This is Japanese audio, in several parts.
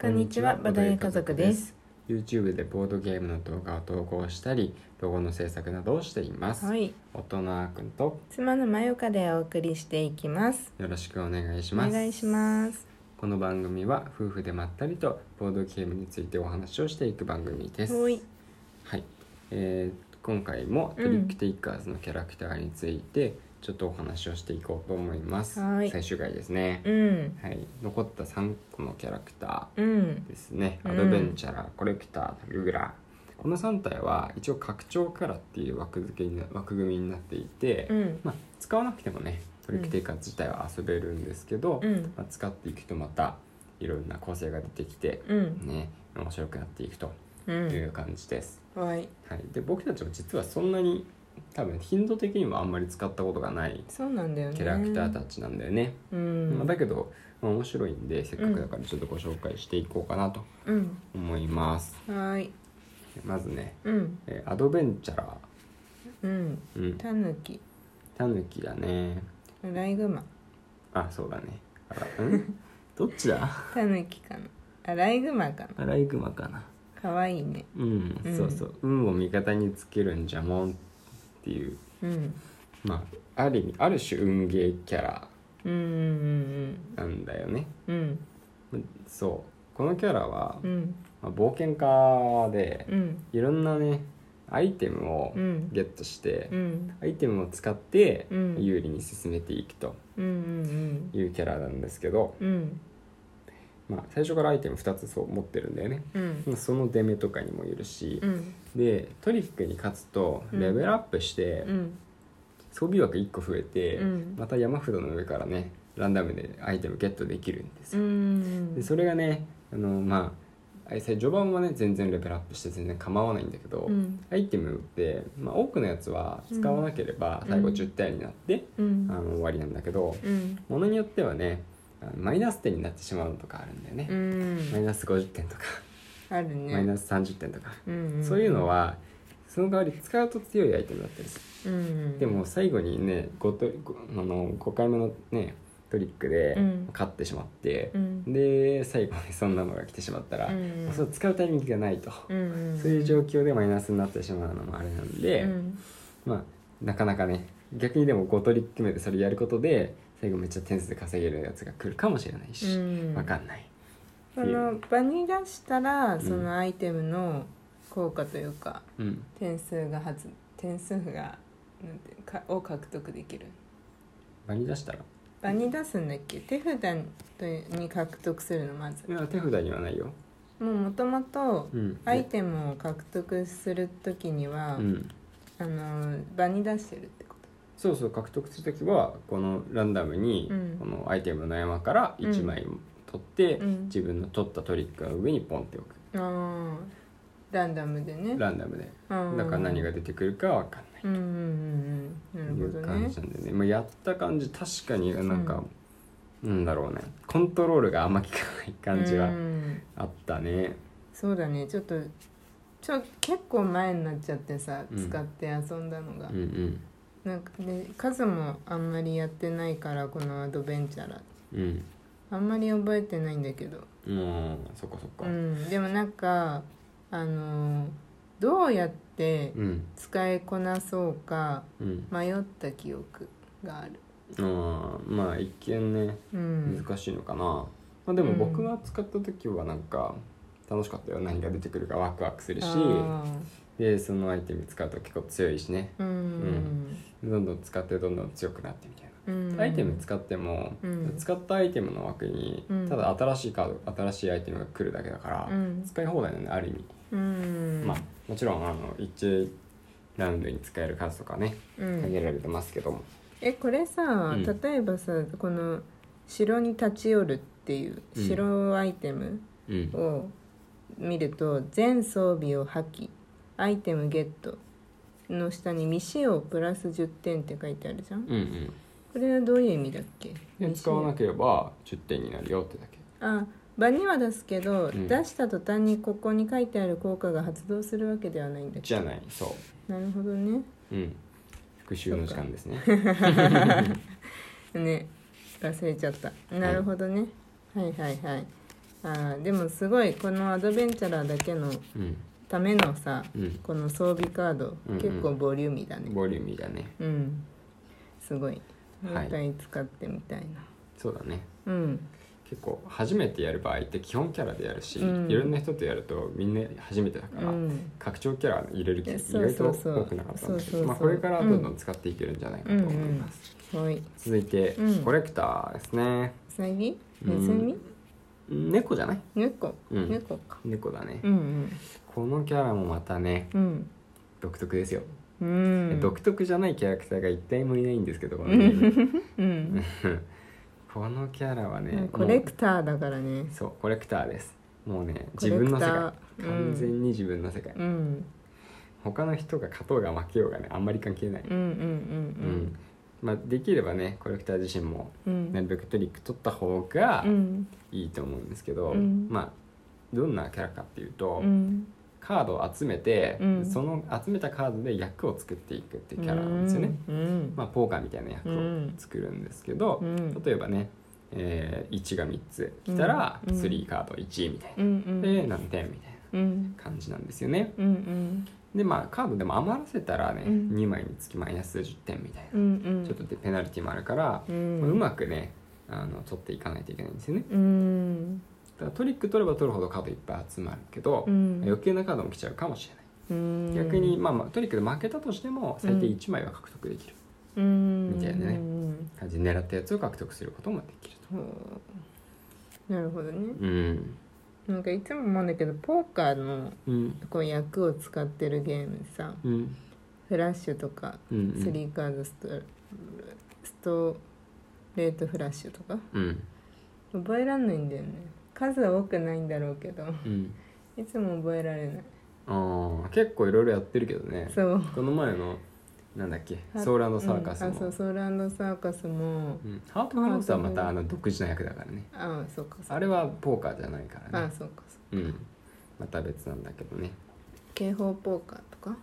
こんにちは、ボドゲ家族です。 YouTube でボードゲームの動画を投稿したりロゴの制作などをしています、はい、大人くんと妻のまゆかでお送りしていきます。よろしくお願いしおます願いします。この番組は夫婦でまったりとボードゲームについてお話をしていく番組ですはい、はい、えー今回もトリックテイカーズのキャラクターについてちょっとお話をしていこうと思います、はい最終回ですね、うん、はい、残った3個のキャラクタうんー、ですね、うんアドベンチャラーコレクタールグラーこの3体は一応拡張キャラっていう枠付けにな枠組みになっていて、うん、まあ、使わなくてもねトリックテイカーズ自体は遊べるんですけど、うん、まあ、使っていくとまたいろんな個性が出てきて、うん、ね、面白くなっていくとうん、いう感じです、はい、はい、で僕たちも実はそんなに多分頻度的にはあんまり使ったことがないそうなんだよね。キャラクターたちなんだよね、うん、まあ、だけど、まあ、面白いんでせっかくだからちょっとご紹介していこうかなとうん、思います、はい、まずね、うん、えーアドベンチャラうん、ー、うん、たぬき、タヌキだねアライグマ、あそうだねあらうん どっちだたぬきかな、アライグマかな、アライグマかな可愛いね。うん、うんそうそう運を味方につけるんじゃもんっていううん、まあある意味ある種運ゲーキャラうん、うん、なんだよねうん、うん、そうこのキャラは、うん、まあ、冒険家でうん、いろんなねアイテムをうんゲットして、うん、アイテムを使ってうん有利に進めていくとうん、うん、いうキャラなんですけど、うん、まあ、最初からアイテム2つそう持ってるんだよねうん。その出目とかにもよるしう、んでトリックに勝つとレベルアップしてうん装備枠1個増えて、うんまた山札の上からねランダムでアイテムゲットできるんですうよ、んでそれがねあのまああれ序盤はね全然レベルアップして全然構わないんだけど、うんアイテムって、まあ、多くのやつは使わなければ最後うん10体になって、うんあの終わりなんだけど、うんものによってはねあのマイナス点になってしまうのとかあるんだよね、うんマイナス50点とか、あるねマイナス30点とか、うんうんそういうのはその代わり使うと強いアイテムだったりするうんうんでも最後にね 5, と5あの5回目のねトリックでうん勝ってしまってう、んで最後にそんなのが来てしまったら、うんうんそう使うタイミングがないと、うんうんそういう状況でマイナスになってしまうのもあれなんで、うんまあなかなかね逆にでも5トリック目でそれやることで最後めっちゃ点数稼げるやつが来るかもしれないし、うわんかんないその場に出したらんそのアイテムの効果というかうん点数が発点数がなんていうかを獲得できる場に出したら場に出すんだっけ手札とに獲得するのまずいや手札にはないよ、もうもともとうん、アイテムを獲得するときには、うんあの場に出してるってこそうそう獲得する時はこのランダムにうんこのアイテムの山から1枚取って、うん自分の取ったトリックの上にポンって置くとああランダムでねランダムでうんだから何が出てくるかわかんないうんうんうんというんなうる感ほじどねなんでね、まあ、やった感じ確かになんか、なんだろうねコントロールがあんま効かない感じうはんあったねそうだねちょっとちょ結構前になっちゃってさうん使って遊んだのが、うんうんなんかね数もあんまりやってないからこのアドベンチャラうんあんまり覚えてないんだけど、うんそっかそっかう、ん、でもなんかあのーどうやってうん使いこなそうかうん迷った記憶がある、あーまあ一見ねうん、難しいのかな、まあ、でもうん僕が使った時はなんか楽しかったよ何が出てくるかワクワクするしあでそのアイテム使うと結構強いしねーうんどんどん使ってどんどん強くなってみたいな、うんアイテム使っても、うん使ったアイテムの枠にうんただ新しいカード新しいアイテムが来るだけだから、うん使い放題なんである意味、うんまあもちろんあの1ラウンドに使える数とかねうん限られてますけども、えこれさ、ん例えばさこの城に立ち寄るっていううん城アイテムうんを見ると全装備を破棄アイテムゲットの下に未使用プラス10点って書いてあるじゃんうんうんこれはどういう意味だっけで未使使用わなければ10点になるよってだけあ場には出すけど、ん出した途端にここに書いてある効果が発動するわけではないんだっけじゃないそなるほどねううん復習の時間ですねね忘れちゃったなるほどね、はい、はいはいあーでもすごいこのアドベンチャラーだけのうんためのさうんこの装備カード、うんうん結構ボリューミーだねボリューミーだねうんすごいもはいう一回使ってみたいな、そうだねうん結構初めてやる場合って基本キャラでやるし、うんいろんな人とやるとみんな初めてだかうら、ん拡張キャラ入れるい機や意そ外とうそうそう多くなかったんだけそうそうそどうまあこれからどんどん使っていけるんじゃないかと思います、はい続いて、うんコレクターですねうさぎうネんズミ猫じゃない猫、うん猫か猫だね、うんこのキャラもまたねうん独特ですよ、うんうん独特じゃないキャラクターが一体もいないんですけどこのゲー ムうん、このキャラはね、うんもうコレクターだからねそうコレクターですもうねコ自レ分クの世タ界ー完全に自分の世界、うん他の人が勝とうが負けようがねあんまり関係ない、うんうんうんまあ、できればねコレクター自身もうんうんなるべくトリック取った方がうんいいと思うんですけど、うんまあどんなキャラかっていうと、うんカードを集めて、うんその集めたカードで役を作っていくっていうキャラなんですよね、うんまあ、ポーカーみたいな役を作るんですけど、うん例えばね、えー1が3つ来たらうん3カード1みたいうんうんな、で何点みたいうんな感じなんですよねうんうんでまあカードでも余らせたらね、うん2枚につきマイナス10点みたいうな、んうんちょっとでペナルティもあるから、ううんまくねあの取っていかないといけないんですよねうんだからトリック取れば取るほどカードいっぱい集まるけど、うん余計なカードも来ちゃうかもしれなういん逆に、まあ、まあトリックで負けたとしても最低1枚は獲得できるうんみたいなねうん感じで狙ったやつを獲得することもできるとほうなるほどねうん、なんかいつも思うんだけどポーカーのうんこう役を使ってるゲームさうんフラッシュとかうんうんスリーカードストストレートフラッシュとかうん覚えらんないんだよね数は多くないんだろうけどうんいつも覚えられないああ結構いろいろやってるけどねそうこの前のなんだっけあソーランドサーカスうんあそうも、ソーランドサーカスもうん、ハートファルクスはまたあの独自の役だからねあそうかそうかあれはポーカーじゃないからあねそうかそううんまた別なんだけどね警報ポーカーとか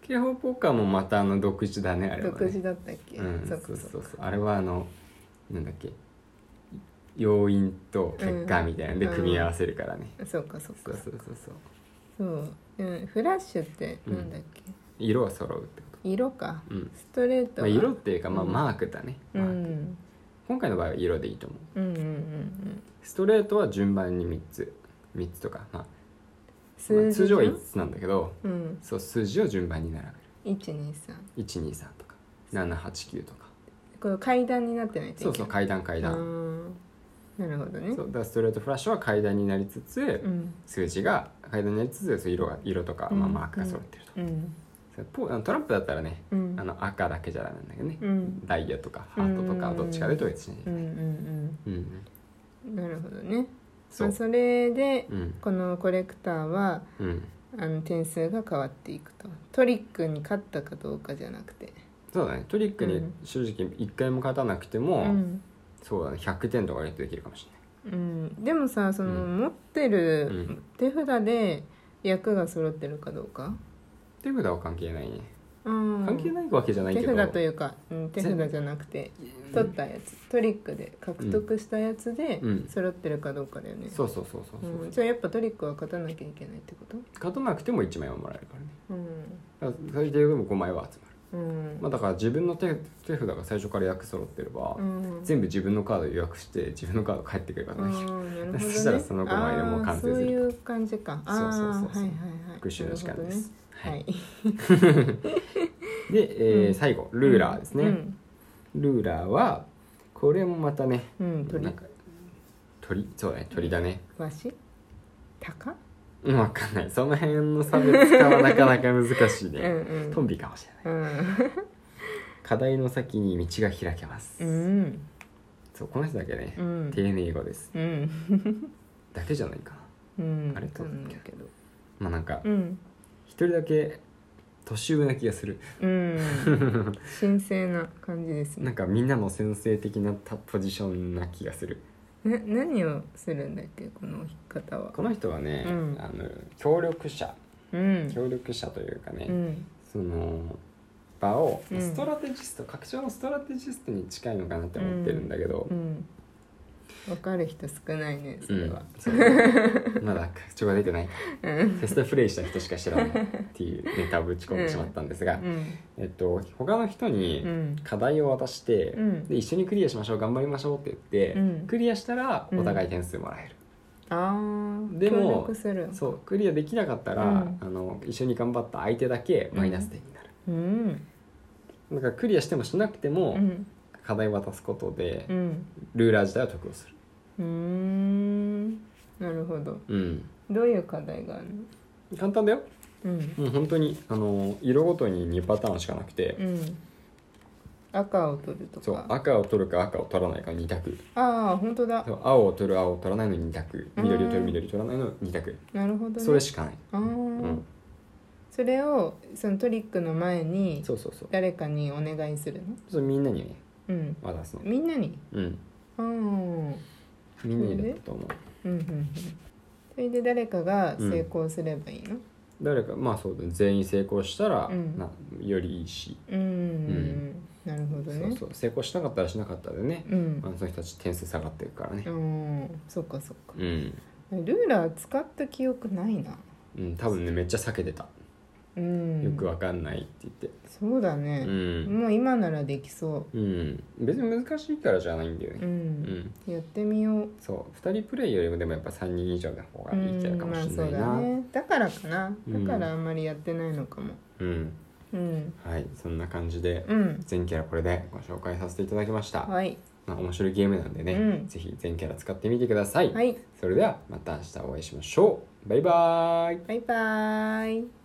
警報ポーカーもまたあの独自だねあれはね独自だったっけ、うん、そそううかそうそそううかあれはあのなんだっけ要因と結果みたいなんでうん組み合わせるからね、そうかそうそうかそうそうそうそう、うん、フラッシュってなんだっけ、色は揃うってこ色かと、うんストレートまあ、は色っていうか、まあ、うんマークだね、うマークん今回の場合は色でいいと思ううんうんうんうんストレートは順番に3つ3つとか、まあ、まあ数字通じ常ゃんは5つなんだけどうんそう数字を順番に並123べる123とか789とかこの階段になってないといけそなういそう階段階段、あーなるほどねそうだからストレートフラッシュは階段になりつつ、うん数字が階段になりつつそう色が色とか、まあ、うんマークが揃ってると、うんそうポーあのトランプだったらねうんあの赤だけじゃダメなんだけどね、うんダイヤとかハートとかうんどっちかで統一しないとういんけうない、んうんうんなるほどねそまあうそれでうんこのコレクターはうんあの点数が変わっていくとトリックに勝ったかどうかじゃなくてそうだねトリックうにん正直1回も勝たなくても、うん、そうだね100点とかゲットできるかもしうん、でもさその、うん持ってれない、うるん、手札で役が揃ってるかどうか、手札は関係ないねうん、関係ないわけじゃないけ手ど、札というか、うん、手札じゃなくて取ったやつトリックで獲得したやつでうん揃ってるかどうかだよね、そうそうそうそうそう、うんじゃあやっぱトリックは勝たなきゃいけないってこと勝たなくても1枚はもらえるからねうんだから最低でも5枚は集まる、うん、まあ、だから自分の手手札が最初から役揃ってれば、うん全部自分のカード予約して自分のカード返ってくるかあらね、ーなるほどね、そしたらその子の間もう完成するあーそういう感じかあーそうそうそうそうはいはいはい復習の時間です、なるほどね、はいで、えーうん最後ルーラーですね、うん、ルーラーはこれもまたねうん、鳥なんか鳥そうだね鳥だねわし鷹うんわかんないその辺の差別化はなかなか難しいね、うんうんトンビかもしれないうん課題の先に道が開けます、うんそうこの人だけね、うん丁寧語ですうんだけじゃないかなうんあれどうわだかっけんないけどまあなんかうん一人だけ年上な気がするうん神聖な感じですなねんかみんなの先生的なたポジションな気がするな何をするんだっけこの方はこの人はね、うんあの協力者うん協力者というかね、うんその場をうんストラテジスト、拡張のストラテジストに近いのかなって思ってるんだけど、うんわかる人少ないねそれ は、うんそうまだ拡張が出てないうんテストプレイした人しか知らないっていうネタをぶち込んでしまったんですが、うんえっと他の人うにん課題を渡して、うんで一緒にクリアしましょう頑張りましょうって言って、うんクリアしたらお互い点数もらえる、あーでも協力するそうクリアできなかったら、うんあの一緒に頑張った相手だけマイナス点になる、うんだからクリアしてもしなくてうもん課題を渡すことでうんルーラー自体は得をする、うーんなるほどうん、どういう課題がある簡単だよのうんもう本当にあの色ごとに2パターンしかなくて、うん赤を取るとそうか赤を取るか赤を取らないか2択ああ本当だそう青を取る青を取らないの2択うん緑を取る緑を取らないの2択なるほどねそれしかない、ああ、うん、それをそのトリックの前にそうそうそう誰かにお願いするのそうみんなにねうん渡すのみんなにうんああうんみんなにだったと思ううんうんそれで誰かが成功すればいいの誰かまあそうだね全員成功したら、うんなよりいいし、うん、ん、なるほどそうねそう成功しなかったらしなかったでね、うんあのその人たち点数下がってるからねうんそっかそっかうん、ルーラー使った記憶ないなうん、多分ねめっちゃ避けてたうんよくわかんないって言ってそうだうね、ん、もう今ならできそうん、別に難しいからじゃないんだよううねうん、ん、やってみようそう2人プレイよりもでもやっぱ3人以上の方がういいっちゃうんかもまあしそうれないなだねだからかなうんだからあんまりやってないのかもうんうんはいそんな感じでうん全キャラこれでご紹介させていただきました、はいまあ、面白いゲームなんでね、うんぜひ全キャラ使ってみてください、はいそれではまた明日お会いしましょうバイバーイバイバーイ